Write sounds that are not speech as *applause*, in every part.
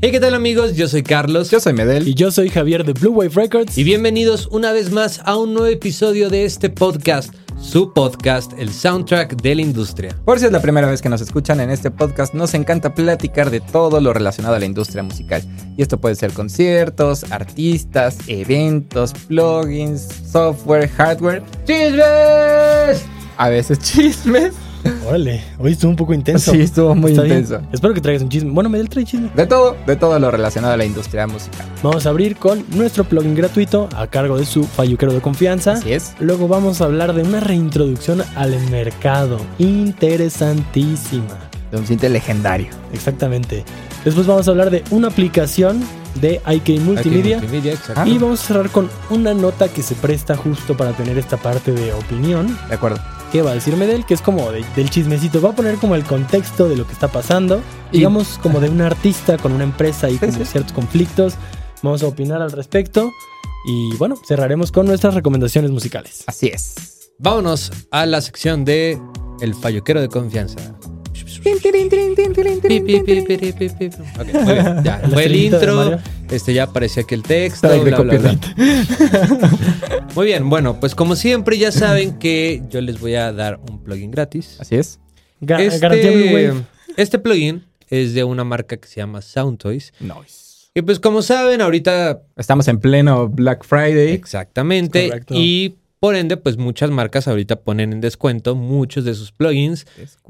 Hey, ¿qué tal amigos? Yo soy Carlos. Yo soy Medel. Y yo soy Javier de Blue Wave Records. Y bienvenidos una vez más a un nuevo episodio de este podcast, su podcast, el soundtrack de la industria. Por si es la primera vez que nos escuchan en este podcast, nos encanta platicar de todo lo relacionado a la industria musical. Y esto puede ser conciertos, artistas, eventos, plugins, software, hardware, ¡Chismes! a veces chismes. Órale, hoy estuvo un poco intenso. Sí, estuvo muy Está bien. intenso. Espero que traigas un chisme. Bueno, me da el trae chisme. De todo, de todo lo relacionado a la industria musical. Vamos a abrir con nuestro plugin gratuito a cargo de su falluquero de confianza. Así es. Luego vamos a hablar de una reintroducción al mercado. Interesantísima. De un cinte legendario. Exactamente. Después vamos a hablar de una aplicación de IK Multimedia. Aquí, multimedia, exacto. Ah, Y vamos a cerrar con una nota que se presta justo para tener esta parte de opinión. De acuerdo. ¿Qué va a decirme de él? Que es como de- del chismecito. Va a poner como el contexto de lo que está pasando. Y- digamos como de un artista con una empresa y Sí, como sí. ciertos conflictos. Vamos a opinar al respecto. Y bueno, cerraremos con nuestras recomendaciones musicales. Así es. Vámonos a la sección de El falloquero de confianza. Pi, pi, pi, pi, pi, pi, pi. Ok, muy bien, ya. *laughs* La Fue el estrellita de intro, Mario. este ya apareció aquí el texto. Strike de bla, bla, bla. copyright. Muy bien, bueno, pues como siempre ya saben que yo les voy a dar un plugin gratis. Así es. Ga- garantía Blue Este, Wave. este plugin es de una marca que se llama Soundtoys. Nice. Y pues como saben, ahorita Estamos en pleno Black Friday. exactamente. Correcto. Y por ende, pues muchas marcas ahorita ponen en descuento muchos de sus plugins.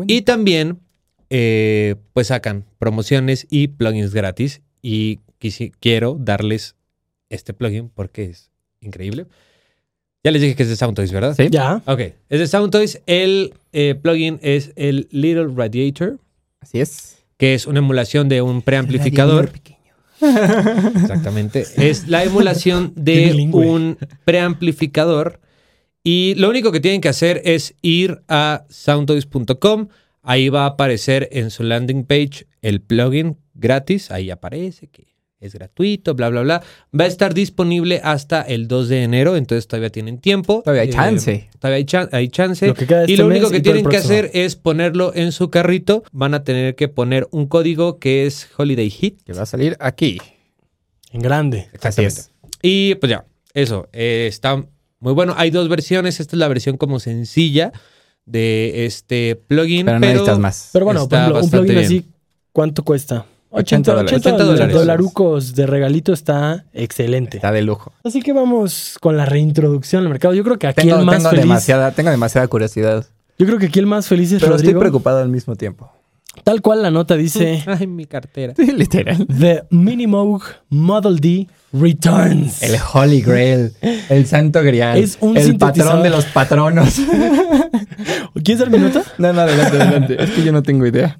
Y también, eh, pues sacan promociones y plugins gratis. Y quisi- quiero darles este plugin porque es increíble. Ya les dije que es de Soundtoys, ¿verdad? Sí. Ya. Ok, es de Soundtoys. El eh, plugin es el Little Radiator, Así es. que es una emulación de un preamplificador. Exactamente. *laughs* Es la emulación de Bilingüe. un preamplificador. Y lo único que tienen que hacer es ir a soundtoys.com. Ahí va a aparecer en su landing page el plugin gratis. Ahí aparece que es gratuito, bla, bla, bla. Va a estar disponible hasta el 2 de enero, entonces todavía tienen tiempo. Todavía hay Eh, chance. todavía hay, chan- hay chance. Lo que queda de y este lo único mes que y todo el tienen que próximo. hacer es ponerlo en su carrito. Van a tener que poner un código que es Holiday Hit. Que va a salir aquí. En grande. Así es. Y pues ya, eso. eh, está muy bueno. Hay dos versiones. Esta es la versión como sencilla de este plugin. Pero no necesitas más. Pero bueno, por Está ejemplo, un bastante plugin bien. así, ¿cuánto cuesta? 80 dólares. 80 dólares. dolarucos de regalito está excelente. Está de lujo. Así que vamos con la reintroducción al mercado. Yo creo que aquí Tengo, el más tengo feliz. demasiada, tengo demasiada curiosidad. Yo creo que aquí el más feliz es Pero estoy Rodrigo. preocupado al mismo tiempo. Tal cual la nota dice *laughs* Ay, mi cartera. *laughs* Sí, literal. The Minimoog Model D Returns. El Holy Grail, el Santo Grial, Es un el sintetizador. patrón de los patronos. ¿Quieres dar mi nota? *laughs* no, no, adelante, adelante. Es que yo no tengo idea.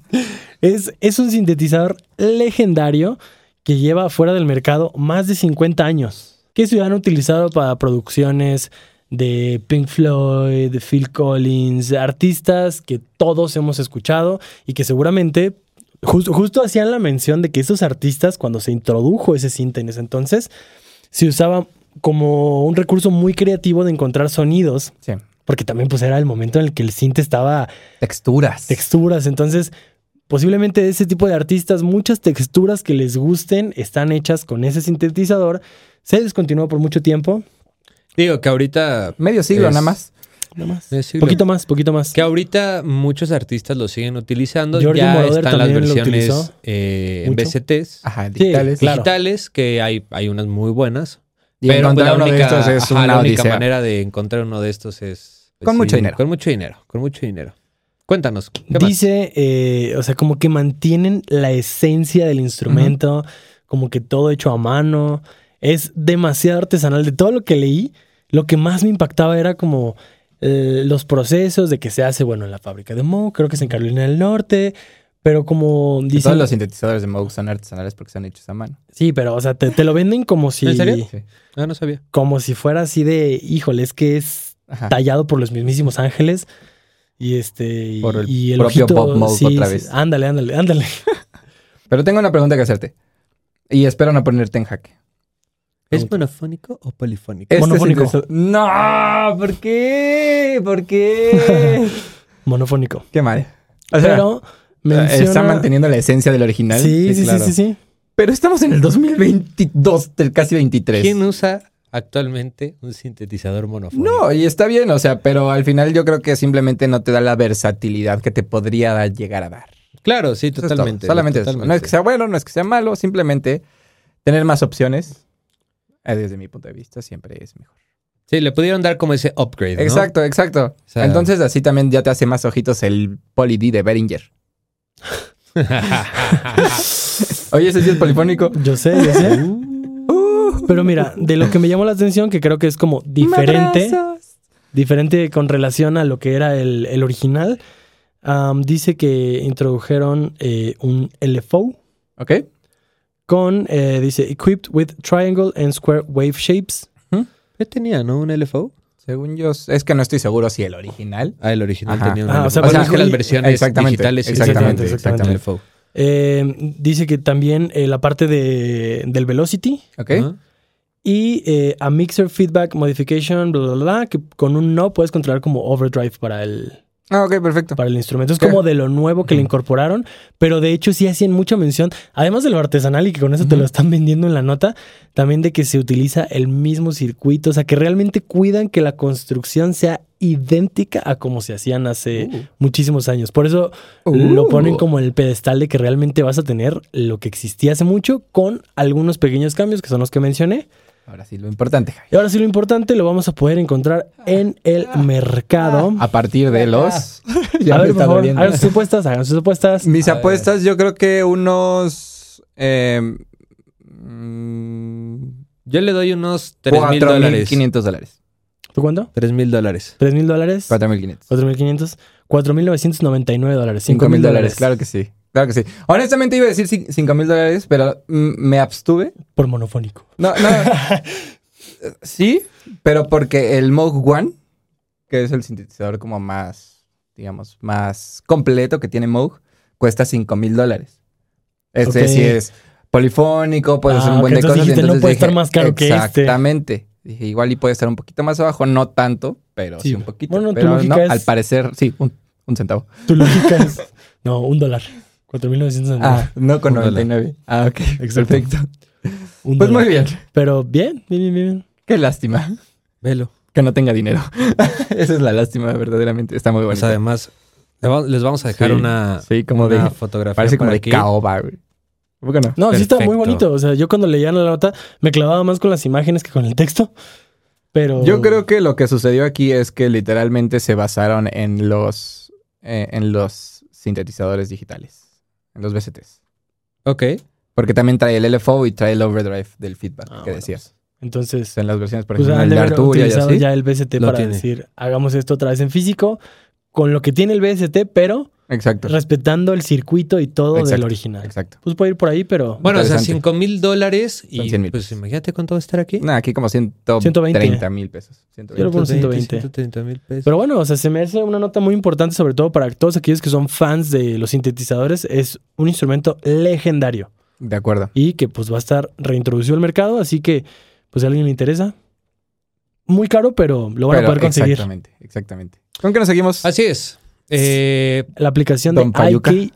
Es, es un sintetizador legendario que lleva fuera del mercado más de 50 años. Que se han utilizado para producciones de Pink Floyd, de Phil Collins, artistas que todos hemos escuchado y que seguramente justo, justo hacían la mención de que esos artistas, cuando se introdujo ese cinta en ese entonces, se usaba como un recurso muy creativo de encontrar sonidos, Sí. porque también pues era el momento en el que el cinte estaba Texturas. texturas. Entonces, posiblemente ese tipo de artistas, muchas texturas que les gusten están hechas con ese sintetizador. Se descontinuó por mucho tiempo. Digo que ahorita. Medio siglo Es- nada más. es siglo- Poquito más, poquito más. Que ahorita muchos artistas lo siguen utilizando. Jordi ya Moroder están las también lo versiones utilizó eh, en mucho. Ah, VCTs Ajá, digitales. claro. digitales, que hay, hay unas muy buenas. Y pero pues, encontrar la uno de única, estos es ajá, una la única odisea. manera de encontrar uno de estos es. pues, Con mucho dinero. Con mucho dinero, con mucho dinero. Cuéntanos. ¿qué más? Dice, eh, o sea, como que mantienen la esencia del instrumento, como que todo hecho a mano. Es demasiado artesanal. De todo lo que leí, lo que más me impactaba era como eh, los procesos de que se hace, bueno, en la fábrica de Moog, creo que es en Carolina del Norte, pero como Y Todos dicen... los sintetizadores de Moog son artesanales porque son hechos a mano. Sí, pero, o sea, te, te lo venden como si... ¿En serio? Sí. Ah, no sabía. Como si fuera así de, híjole, es que es Ajá. tallado por los mismísimos ángeles. Y este... y- Por el y propio Bob Mould otra vez. ándale, ándale, ándale. *laughs* Pero tengo una pregunta que hacerte. Y espero no ponerte en jaque. ¿Es monofónico o polifónico? Este Monofónico. sintetizador- No, ¿por qué? ¿Por qué? Monofónico. *laughs* qué mal. O sea, eh, pero menciona... está manteniendo la esencia del original. Sí, sí, sí, claro. sí, sí. Pero estamos en el 2022, del casi 23. ¿Quién usa actualmente un sintetizador monofónico? No, y está bien, o sea, pero al final yo creo que simplemente no te da la versatilidad que te podría dar- llegar a dar. Claro, sí, Eso es totalmente. todo, solamente eso. totalmente. No es que sea bueno, no es que sea malo, simplemente tener más opciones, eh, desde mi punto de vista, siempre es mejor. Sí, le pudieron dar como ese upgrade. ¿no? Exacto, exacto. O sea- Entonces así también ya te hace más ojitos el Poly D *laughs* de Beringer. Oye, ese sí es polifónico. Yo sé, *laughs* yo sé. Uh. Pero mira, de lo que me llamó la atención, que creo que es como diferente, diferente con relación a lo que era el, el original, am, dice que introdujeron eh, un LFO Ok. con, eh, dice, equipped with triangle and square wave shapes. ¿Qué tenía, no? ¿Un LFO? Según yo, es que no estoy seguro si el original. Ah, el original Ajá. tenía un Ah, o LFO. sea, O sea, porque- que las versiones Exactamente, digitales sí exactamente, tenían exactamente. LFO. Eh, dice que también eh, la parte de, del velocity Ok. Ajá. y eh, a mixer feedback modification, bla, bla, bla, que con un no puedes controlar como overdrive para el, Ah, ok, perfecto. para el instrumento. Es ¿Qué? como de lo nuevo que le incorporaron, pero de hecho sí hacían mucha mención, además de lo artesanal y que con eso te lo están vendiendo en la nota, también de que se utiliza el mismo circuito, o sea, que realmente cuidan que la construcción sea idéntica a como se hacían hace Uh. muchísimos años. Por eso Uh. lo ponen como en el pedestal de que realmente vas a tener lo que existía hace mucho con algunos pequeños cambios que son los que mencioné. Ahora sí, lo importante, Javi. Y ahora sí lo importante lo vamos a poder encontrar en el mercado. A partir *laughs* de los. A Ah. Ya me ver, por está favor, doliendo. Mm. hagan sus apuestas, hagan sus *laughs* apuestas. Mis A ver. apuestas, yo creo que unos. Eh, mm, Yo le doy unos 3 mil dólares. 4.500 dólares. ¿Tú cuánto? 3 mil dólares. ¿Tres mil dólares? 4.500. 4.500. 4.999 dólares. 5 mil dólares, claro que sí. Claro que sí. Honestamente iba a decir 5 mil dólares, pero mm, me abstuve. Por monofónico. No, *laughs* no. sí, pero porque el Moog One, que es el sintetizador como más, digamos, más completo que tiene Moog, cuesta 5 mil dólares. Este Ok. sí es polifónico, puede Ah, ser un buen ok, de entonces cosas. dijiste, no entonces puede estar dije, más caro que este. Exactamente. Dije, igual y puede estar un poquito más abajo, no tanto, pero sí, Sí. un poquito. Bueno, tu pero lógica no, es- al parecer, sí, un, un centavo. Tu lógica es... *laughs* No, un dólar. 4.999. Ah, no con Un dólar. 99. Ah, ok. Exacto. Perfecto. Un Pues muy dólar. bien. Pero bien, bien, bien, bien. Qué lástima. Velo. que no tenga dinero. *laughs* Esa es la lástima, verdaderamente. Está muy Pues bonito. además, le va- les vamos a dejar Sí, una, sí, como de- una fotografía. Parece por como de aquí. caoba, güey. ¿Por qué no? No, sí está muy Perfecto. bonito. O sea, yo cuando leía la nota me clavaba más con las imágenes que con el texto. Pero... Yo creo que lo que sucedió aquí es que literalmente se basaron en los, eh, en los sintetizadores digitales, en los VCTs. Ok. Porque también trae el LFO y trae el overdrive del feedback Ah, que bueno, decías. Entonces... O sea, en las versiones, por Pues ejemplo, han el de de haber Arturia y utilizado así. ya el BST Lo para tiene. decir, hagamos esto otra vez en físico, con lo que tiene el BST, pero Exacto. respetando el circuito y todo del Exacto, original. Exacto. Pues puede ir por ahí, pero Bueno, o sea, Interesante. 5 mil dólares y Son 100 mil pues pesos. imagínate cuánto va a estar aquí. Nah, aquí como 130 120. mil pesos. Yo 120. lo pongo 120. 130 mil pesos. Pero bueno, o sea, se me hace una nota muy importante, sobre todo para todos aquellos que son fans de los sintetizadores. Es un instrumento legendario De acuerdo. y que pues va a estar reintroducido al mercado, así que pues si a alguien le interesa, muy caro, pero lo van Pero a poder conseguir. Exactamente, exactamente. ¿Con qué nos seguimos? Así es. Eh, La aplicación Don de Fayuca. IK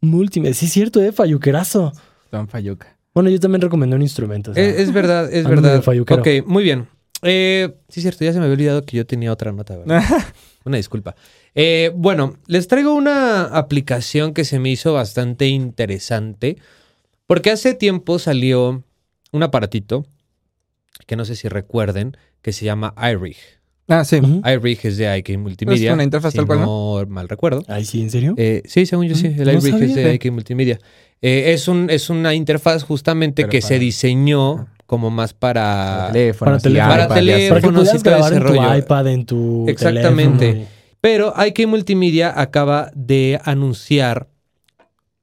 Multimedia. Sí, es cierto, eh, Fayuquerazo. Don Fayuca. Bueno, yo también recomendé un instrumento. o sea. Eh, es, es verdad, es Ando medio verdad. falluquero. Ok, muy bien. Eh, sí, es cierto, ya se me había olvidado que yo tenía otra nota, ¿verdad? Una disculpa. Eh, bueno, les traigo una aplicación que se me hizo bastante interesante. Porque hace tiempo salió un aparatito que no sé si recuerden, que se llama iRig. Ah, sí. Ujú. iRig es de IK Multimedia. Es una interfaz si tal cual, ¿no? mal recuerdo. Ay, sí, ¿en serio? Eh, sí, según yo sí, Mm, el no iRig es sabía. de IK Multimedia. Eh, es, un, es una interfaz justamente Pero que se para- diseñó como más para... Ah, teléfonos, para y teléfono. iPad, Para y así. teléfono. Para que teléfonos y puedas todo grabar ese en tu rollo. iPad, en tu Exactamente. teléfono. Pero IK Multimedia acaba de anunciar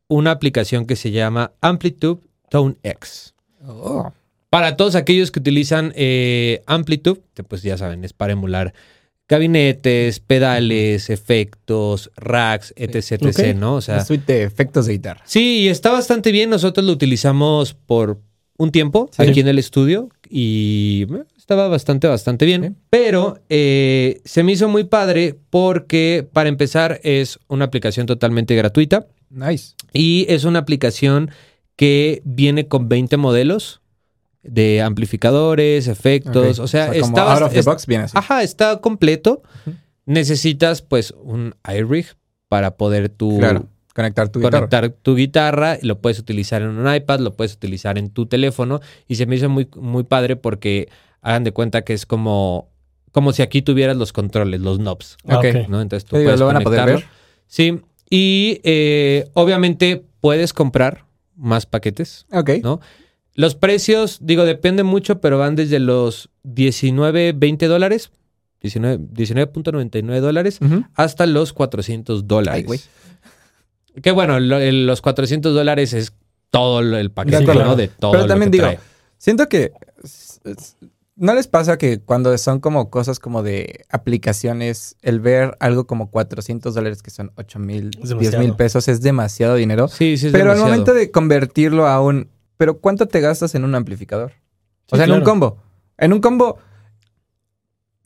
una aplicación que se llama Amplitude Tone X. Oh. Para todos aquellos que utilizan eh, Amplitude, que pues ya saben, es para emular gabinetes, pedales, efectos, racks, etc, etc, Ok. ¿no? O sea, Una suite de efectos de guitarra. sí, y está bastante bien. Nosotros lo utilizamos por un tiempo Sí. aquí en el estudio y eh, estaba bastante, bastante bien. Sí. Pero eh, se me hizo muy padre porque, para empezar, es una aplicación totalmente gratuita. Nice. Y es una aplicación que viene con 20 modelos de amplificadores, efectos. Ok. O sea, Ah, como está, out of the es- box viene así. ajá, está completo. Ujú. Necesitas pues un iRig para poder tu claro, conectar tu guitarra. uh, conectar tu guitarra, lo puedes utilizar en un iPad, lo puedes utilizar en tu teléfono y se me hizo muy, muy padre porque hagan de cuenta que es como, como si aquí tuvieras los controles, los knobs, Ah, Ok. ok. ¿no? Entonces tú Te digo, puedes lo van a poder conectarlo. ver. Sí, y eh, obviamente puedes comprar más paquetes. Ok. ¿no? Los precios, digo, depende mucho, pero van desde los 19, 20 dólares, 19 19.99 dólares Ujú. hasta los 400 Ay, güey. dólares. que bueno, lo- el- los 400 dólares es todo lo- el paquete, De acuerdo. ¿no? De todo Pero lo también que digo, trae. Siento que s- s- no les pasa que cuando son como cosas como de aplicaciones, el ver algo como 400 dólares, que son 8 mil, Es 10 mil demasiado. pesos, es demasiado dinero. Sí, sí, es pero demasiado. al momento de convertirlo a un... ¿Pero cuánto te gastas en un amplificador? o Sí, sea, en un claro. combo. En un combo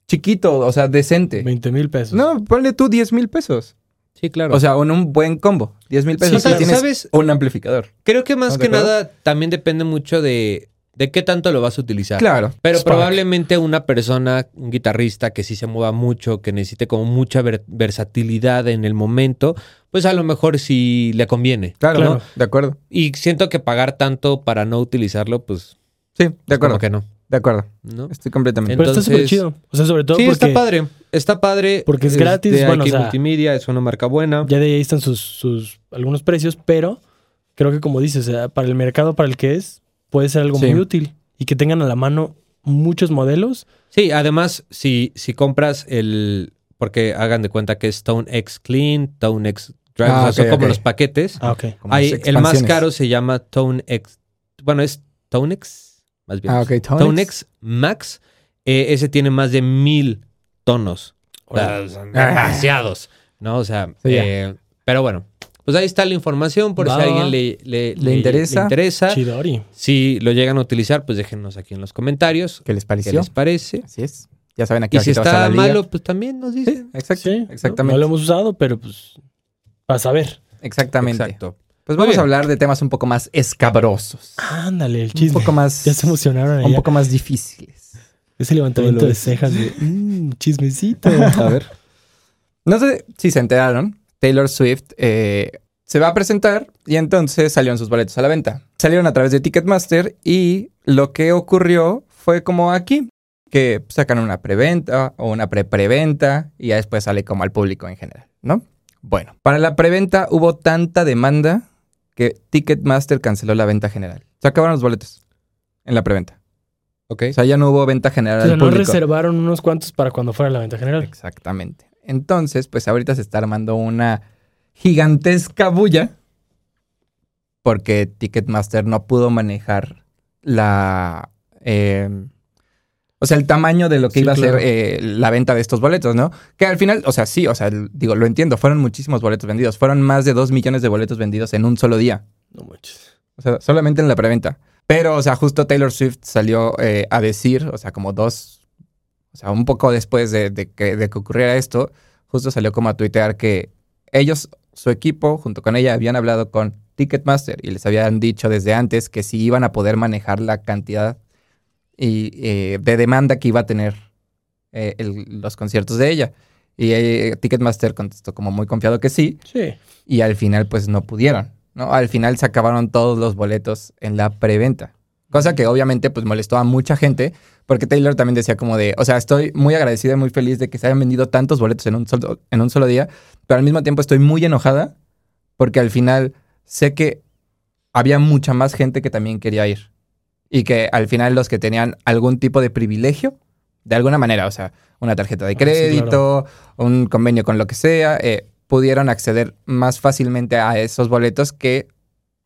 chiquito, o sea, decente. 20 mil pesos. No, ponle tú 10 mil pesos. Sí, claro. O sea, en un buen combo. 10 mil Sí, pesos y claro. tienes ¿Sabes? un amplificador. Creo que más ¿Estás de que acuerdo? nada también depende mucho de, de qué tanto lo vas a utilizar. Claro. Pero Spark. probablemente una persona, un guitarrista que sí se mueva mucho, que necesite como mucha ver- versatilidad en el momento, pues a lo mejor sí le conviene. Claro, Claro. ¿no? de acuerdo. Y siento que pagar tanto para no utilizarlo, pues, Sí, de pues acuerdo. como que no. De acuerdo. ¿no? Estoy completamente. Pero está súper entonces- chido. O sea, sobre todo Sí, porque está padre. Está padre. porque es gratis, de bueno, IQ o sea- Multimedia, es una marca buena. ya de ahí están sus, sus algunos precios, pero creo que como dices, o sea, para el mercado para el que es, puede ser algo Sí. muy útil y que tengan a la mano muchos modelos. Sí, además, si, si compras el. Porque hagan de cuenta que es Tone X Clean, Tone X Drive, Ah, o sea, son ok, como ok. los paquetes. Ah, ok. como Hay- las el más expansiones. caro se llama Tone X. Bueno, es Tone X, más bien. Ah, ok. Tonex. Tone X Max. eh, ese tiene más de mil tonos. O sea, son demasiados. ¿No? O sea, Sí, ya. eh, pero bueno. Pues ahí está la información por Va, si a va, alguien va. le, le- ¿Le interesa? interesa. Chidori. Si lo llegan a utilizar, pues déjenos aquí en los comentarios ¿Qué les qué pareció? les parece. Así es. Ya saben, aquí Y si abajito va a está estar la liga. malo, pues también nos Sí, dicen. exacto. Sí, exactamente. No, lo hemos usado, pero pues para saber. Exactamente. Exacto. Pues Muy vamos bien. a hablar de temas un poco más escabrosos. Ándale, el chisme. Un poco más. *laughs* Ya se emocionaron Un allá. poco más difíciles. Ese levantamiento Todo lo de ves. *laughs* cejas de "Mm, chismecito. A ver. No sé si se enteraron. Taylor Swift eh, se va a presentar y entonces salieron sus boletos a la venta. Salieron a través de Ticketmaster y lo que ocurrió fue como aquí, que sacan una preventa o una pre-preventa y ya después sale como al público en general, ¿no? Bueno, para la preventa hubo tanta demanda que Ticketmaster canceló la venta general. Se acabaron los boletos en la preventa. Ok. O sea, ya no hubo venta general O sea, al no público. reservaron unos cuantos para cuando fuera la venta general. Exactamente. Entonces, pues ahorita se está armando una gigantesca bulla porque Ticketmaster no pudo manejar la... eh, o sea, el tamaño de lo que Sí, iba claro. a ser eh, la venta de estos boletos, ¿no? Que al final, o sea, sí, o sea, el- digo, lo entiendo, fueron muchísimos boletos vendidos, fueron más de 2 millones de boletos vendidos en un solo día. No manches. O sea, solamente en la preventa. Pero, o sea, justo Taylor Swift salió eh, a decir, o sea, como dos, o sea, un poco después de, de que, de que ocurriera esto, justo salió como a tuitear que ellos, su equipo, junto con ella, habían hablado con Ticketmaster y les habían dicho desde antes que si iban a poder manejar la cantidad y, eh, de demanda que iba a tener eh, el- los conciertos de ella. Y eh, Ticketmaster contestó como muy confiado que sí, Sí. y al final pues no pudieron, ¿no? Al final se acabaron todos los boletos en la preventa. Cosa que obviamente pues molestó a mucha gente, porque Taylor también decía como de, o sea, estoy muy agradecida y muy feliz de que se hayan vendido tantos boletos en un solo, en un solo día, pero al mismo tiempo estoy muy enojada porque al final sé que había mucha más gente que también quería ir y que al final los que tenían algún tipo de privilegio, de alguna manera, o sea, una tarjeta de Ah, sí, claro. crédito, un convenio con lo que sea, eh, pudieron acceder más fácilmente a esos boletos que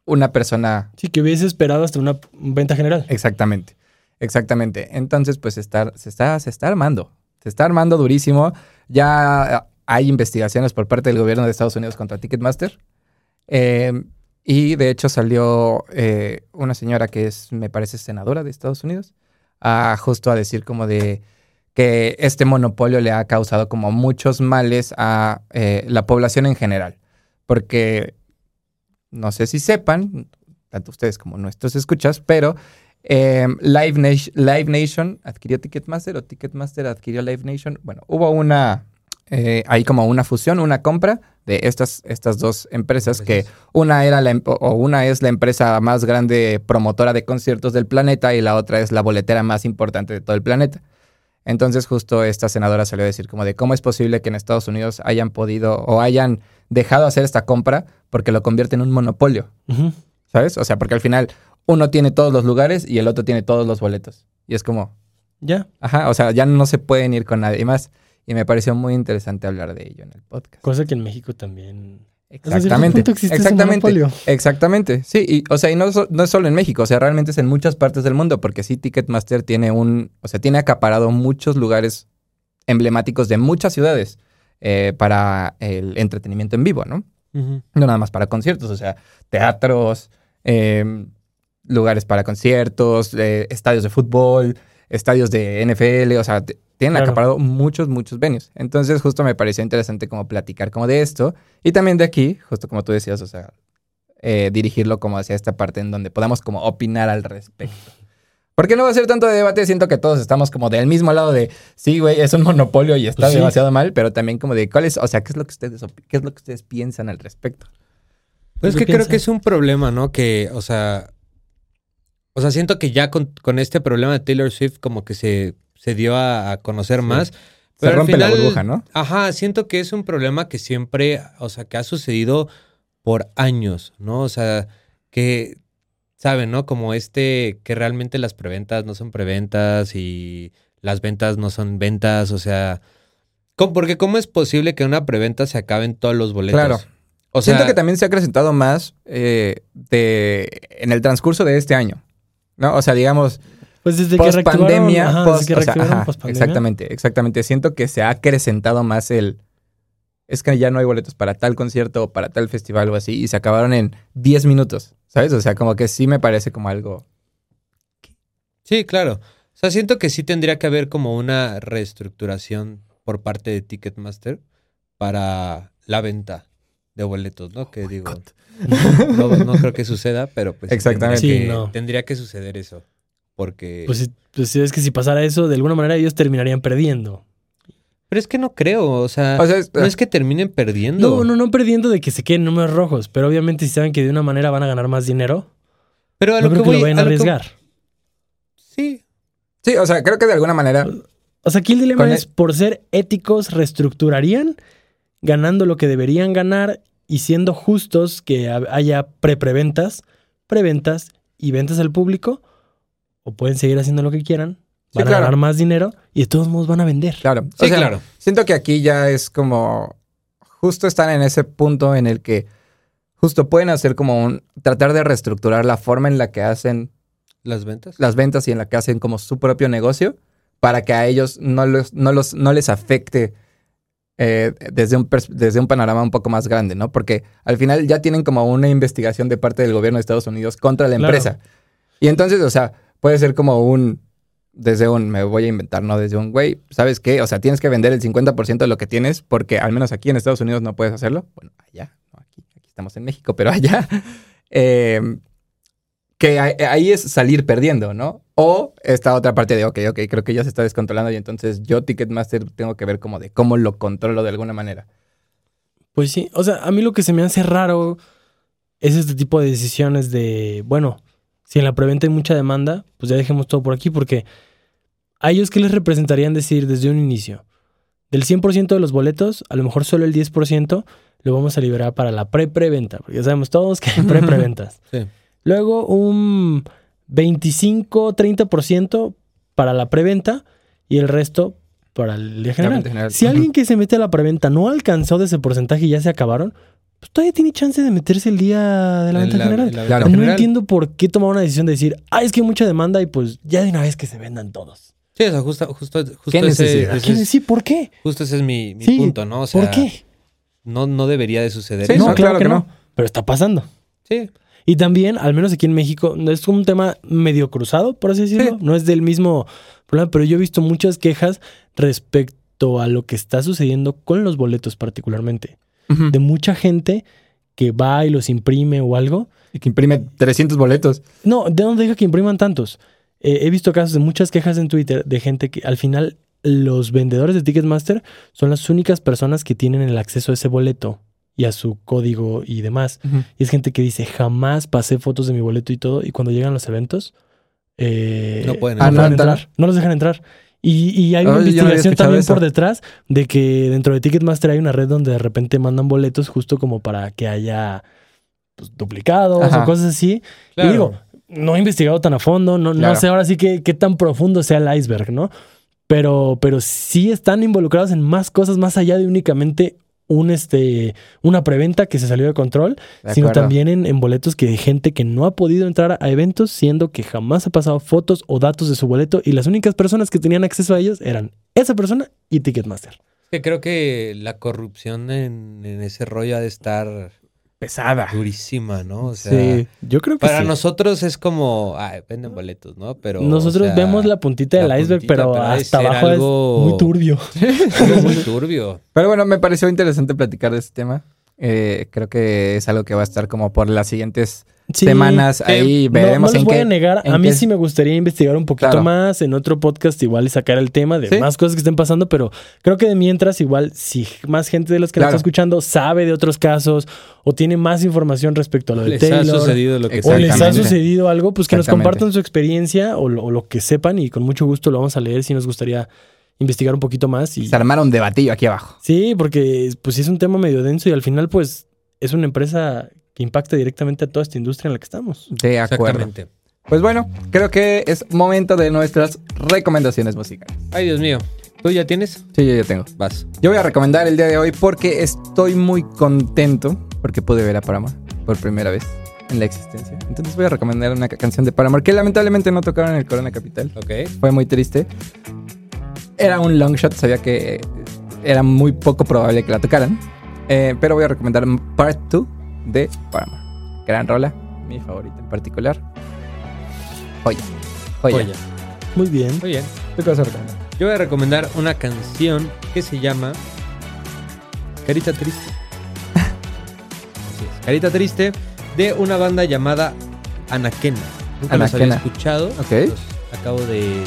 una persona Sí, que hubiese esperado hasta una venta general. Exactamente, exactamente. Entonces, pues está, se, está, se está armando, se está armando durísimo. Ya eh, hay investigaciones por parte del gobierno de Estados Unidos contra Ticketmaster. Eh, y de hecho salió eh, una señora que es, me parece, senadora de Estados Unidos, a, justo a decir como de que este monopolio le ha causado como muchos males a eh, la población en general. Porque no sé si sepan, tanto ustedes como nuestros escuchas, pero eh, Live, Nation, Live Nation adquirió Ticketmaster o Ticketmaster adquirió Live Nation. Bueno, hubo una, eh, ahí como una fusión, una compra de estas, estas dos Pues empresas que una era la, em- o- o una es la empresa más grande promotora de conciertos del planeta y la otra es la boletera más importante de todo el planeta. Entonces justo esta senadora salió a decir como de cómo es posible que en Estados Unidos hayan podido o hayan dejado hacer esta compra porque lo convierte en un monopolio. Ujú. ¿Sabes? O sea, porque al final uno tiene todos los lugares y el otro tiene todos los boletos. Y es como, Ya, ajá, o sea, ya no se pueden ir con nadie más. Y me pareció muy interesante hablar de ello en el podcast. cosa que en México también. Hasta cierto Exactamente. punto existe ese exactamente. monopolio. Exactamente. Sí, y, o sea, y no, so- no es solo en México, o sea, realmente es en muchas partes del mundo, porque sí, Ticketmaster tiene un, o sea, tiene acaparado muchos lugares emblemáticos de muchas ciudades eh, para el entretenimiento en vivo, ¿no? No nada más para conciertos, o sea, teatros, eh, lugares para conciertos, eh, estadios de fútbol, estadios de NFL, o sea, t- tienen Claro. acaparado muchos, muchos venues. Entonces, justo me pareció interesante como platicar como de esto y también de aquí, justo como tú decías, o sea, eh, dirigirlo como hacia esta parte en donde podamos como opinar al respecto. Porque no va a ser tanto de debate, siento que todos estamos como del mismo lado de, sí, güey, es un monopolio y está Pues sí. demasiado mal, pero también como de cuál es, o sea, qué es lo que ustedes, opi- qué es lo que ustedes piensan al respecto. Pues es ¿Tú que qué creo que piensas? es un problema, ¿no? Que, o sea. O sea, siento que ya con, con este problema de Taylor Swift, como que se, se dio a, a conocer más. Se al rompe la final- burbuja, ¿no? Ajá, siento que es un problema que siempre, o sea, que ha sucedido por años, ¿no? O sea, que, ¿saben, no? Como este, que realmente las preventas no son preventas y las ventas no son ventas, o sea, ¿cómo- porque ¿cómo es posible que una preventa se acabe en todos los boletos? Claro. O sea, Siento que también se ha acrecentado más eh, de, en el transcurso de este año. ¿No? O sea, digamos, Pues desde que post reactivaron. pandemia. ajá, desde que reactivaron pospandemia. exactamente, exactamente. Siento que se ha acrecentado más el. Es que ya no hay boletos para tal concierto o para tal festival o así. Y se acabaron en 10 minutos. ¿Sabes? O sea, como que sí me parece como algo. Sí, claro. O sea, siento que sí tendría que haber como una reestructuración por parte de Ticketmaster para la venta de boletos, Oh ¿no? Que digo, *laughs* no, no creo que suceda, pero pues sí Exactamente. Tendría que, Sí, no. tendría que suceder eso. Porque... Pues, sí, pues sí, es que si pasara eso, de alguna manera ellos terminarían perdiendo. pero es que no creo, o Ah, sea, O sea, es- no es que terminen perdiendo. No, no, no perdiendo de que se queden números rojos, pero obviamente si saben que de una manera van a ganar más dinero, Pero a lo no que creo voy... que, lo vayan a a lo que- arriesgar. Sí. Sí, o sea, creo que de alguna manera. O sea, aquí el dilema Con e- el- es, por ser éticos, reestructurarían ganando lo que deberían ganar y siendo justos que ha- haya pre-preventas, preventas y ventas al público, o pueden seguir haciendo lo que quieran, Sí, van a claro. ganar más dinero y de todos modos van a vender. Claro. O Sí, sea, claro. Siento que aquí ya es como justo están en ese punto en el que justo pueden hacer como un tratar de reestructurar la forma en la que hacen Las ventas. las ventas y en la que hacen como su propio negocio para que a ellos no los no los no les afecte eh, desde un pers- desde un panorama un poco más grande, ¿no? Porque al final ya tienen como una investigación de parte del gobierno de Estados Unidos contra la Claro. empresa. Y entonces, o sea, puede ser como un desde un, me voy a inventar, no desde un, güey, ¿sabes qué? O sea, tienes que vender el 50% de lo que tienes porque al menos aquí en Estados Unidos no puedes hacerlo. Bueno, allá, no aquí, aquí estamos en México, pero allá. *laughs* eh, que ahí- ahí es salir perdiendo, ¿no? O esta otra parte de, ok, ok, creo que ya se está descontrolando y entonces yo, Ticketmaster, tengo que ver como de cómo lo controlo de alguna manera. Pues sí, o sea, a mí lo que se me hace raro es este tipo de decisiones de, bueno, si en la preventa hay mucha demanda, pues ya dejemos todo por aquí, porque a ellos qué les representarían decir desde un inicio, del 100% de los boletos, a lo mejor solo el 10% lo vamos a liberar para la pre-preventa, porque ya sabemos todos que hay pre-preventas. Sí. Luego un 25-30% para la preventa y el resto para el día general. Realmente general. Si alguien que se mete a la preventa no alcanzó de ese porcentaje y ya se acabaron, pues todavía tiene chance de meterse el día de la venta La- general. la venta Claro. no general. entiendo por qué tomar una decisión de decir, ah, es que hay mucha demanda y pues ya de una vez que se vendan todos. Sí, o sea, justo, justo, justo ¿Qué ese, necesidad? ese ¿Quién Pues es- sí? ¿Por qué? justo ese es mi, mi Sí, punto, ¿no? O sea, ¿Por qué? No, no debería de suceder Sí, eso. no, claro que no. Pero está pasando. Sí. Y también, al menos aquí en México, no es un tema medio cruzado, por así decirlo. No es del mismo problema, pero yo he visto muchas quejas respecto a lo que está sucediendo con los boletos particularmente. Ujú. de mucha gente que va y los imprime o algo. Y que imprime 300 boletos. No, ¿de dónde deja que impriman tantos? Eh, he visto casos de muchas quejas en Twitter de gente que al final los vendedores de Ticketmaster son las únicas personas que tienen el acceso a ese boleto y a su código y demás. Y es gente que dice, jamás pasé fotos de mi boleto y todo. Y cuando llegan a los eventos, eh, No pueden no Ah, no pueden entrar. entrar. No los dejan entrar. Y, y hay Ah, yo no una había investigación escuchado también eso. por detrás de que dentro de Ticketmaster hay una red donde de repente mandan boletos justo como para que haya pues, duplicados Ajá. o cosas así. Claro. Y digo, no he investigado tan a fondo, no, Claro. no sé ahora sí que- qué tan profundo sea el iceberg, ¿no? Pero, pero sí están involucrados en más cosas más allá de únicamente un, este, una preventa que se salió de control, De sino acuerdo. también en, en boletos que de gente que no ha podido entrar a eventos, siendo que jamás ha pasado fotos o datos de su boleto y las únicas personas que tenían acceso a ellos eran esa persona y Ticketmaster. que creo que la corrupción en, en ese rollo ha de estar Pesada. durísima, ¿no? O sea, sí, yo creo que para sí. nosotros es como, ay, venden boletos, ¿no? Pero o Nosotros sea, vemos la puntita del la iceberg, puntita, pero, pero ha de hasta ser abajo algo- es muy turbio. *laughs* algo muy turbio. Pero bueno, me pareció interesante platicar de este tema. Eh, creo que es algo que va a estar como por las siguientes Sí. semanas Eh, ahí. No- veremos no, les en voy qué. a negar, en a mí qué- sí me gustaría investigar un poquito Claro. más en otro podcast igual y sacar el tema de Sí. más cosas que estén pasando, pero creo que de mientras igual si más gente de los que nos Claro. está escuchando sabe de otros casos o tiene más información respecto a lo de Les ha Taylor sucedido lo que o les ha Exactamente. sucedido algo, pues que nos Exactamente. compartan su experiencia o lo, o lo que sepan y con mucho gusto lo vamos a leer si nos gustaría investigar un poquito más y Se armaron debatillo aquí abajo. Sí, porque pues sí es un tema medio denso y al final pues es una empresa que impacta directamente a toda esta industria en la que estamos. De acuerdo. Exactamente. Pues bueno, creo que es momento de nuestras recomendaciones musicales. Ay, Dios mío. ¿Tú ya tienes? Sí, yo ya tengo. Vas. Yo voy a recomendar el día de hoy porque estoy muy contento porque pude ver a Paramore por primera vez en la existencia. Entonces voy a recomendar una ca- canción de Paramore que lamentablemente no tocaron en el Corona Capital. Ok. Fue muy triste. Era un long shot, sabía que eh, era muy poco probable que la tocaran. Eh, pero voy a recomendar Part 2 de Paramore. Gran rola, mi favorita en particular. Joya. Joya. Oye, Muy bien. muy bien. ¿Tú qué vas a recomendar? Yo voy a recomendar una canción que se llama Carita Triste. Así es, Carita Triste de una banda llamada Anaquena. Nunca los había Anaquena. escuchado. Ok. Los acabo de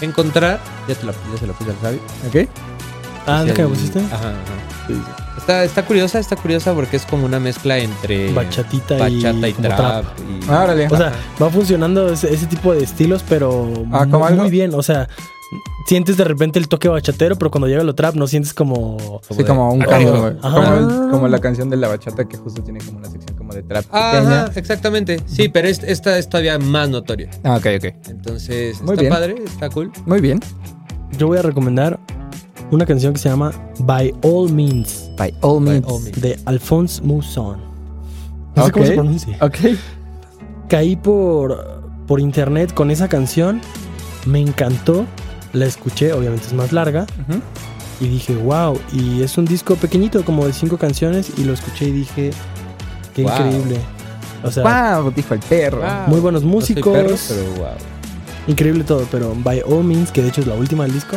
encontrar. Ya, te la- ya se la puse al Javi. ¿Ok? Ah, Es ¿de qué el- me pusiste? Ajá, ajá. Está, está curiosa, está curiosa porque es como una mezcla entre Bachatita y bachata y, como trap. trap. y- Ah, órale. O sea, va funcionando ese, ese tipo de estilos, pero Ah, ¿como muy algo? bien. O sea, sientes de repente el toque bachatero, pero cuando llega lo trap no sientes como... como Sí, de- como un Ah, cambio, como- güey. Ajá. como, como la canción de la bachata que justo tiene como una sección como de trap Ajá, exactamente. Sí, pero es- esta es todavía más notoria. pequeña. Ah, ok, ok. Entonces, Muy está bien. padre, está cool. Muy bien. Yo voy a recomendar una canción que se llama By All Means By all By means. all means. de Alphonse Mousson. No sé cómo Ok. se pronuncia. Ok. caí por, por internet con esa canción. Me encantó. La escuché, obviamente es más larga. Ujú. Y dije, wow. Y es un disco pequeñito, como de cinco canciones. Y lo escuché y dije, qué Wow. increíble. O sea, Wow, dijo el perro. Wow. muy buenos No soy músicos. perro, pero wow. Increíble todo, pero By All Means, que de hecho es la última del disco,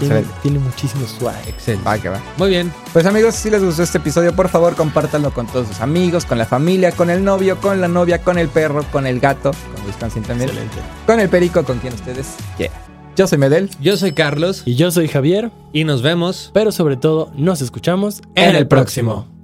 tiene, Excelente. tiene muchísimo swag. Excelente. Va, que va. Muy bien. Pues amigos, si les gustó este episodio, por favor compártanlo con todos sus amigos, con la familia, con el novio, con la novia, con el perro, con el gato, con Wisconsin también, Excelente. con el perico, con quien ustedes quieran. Yo soy Medel. Yo soy Carlos Y yo soy Javier, y nos vemos pero sobre todo nos escuchamos en el próximo.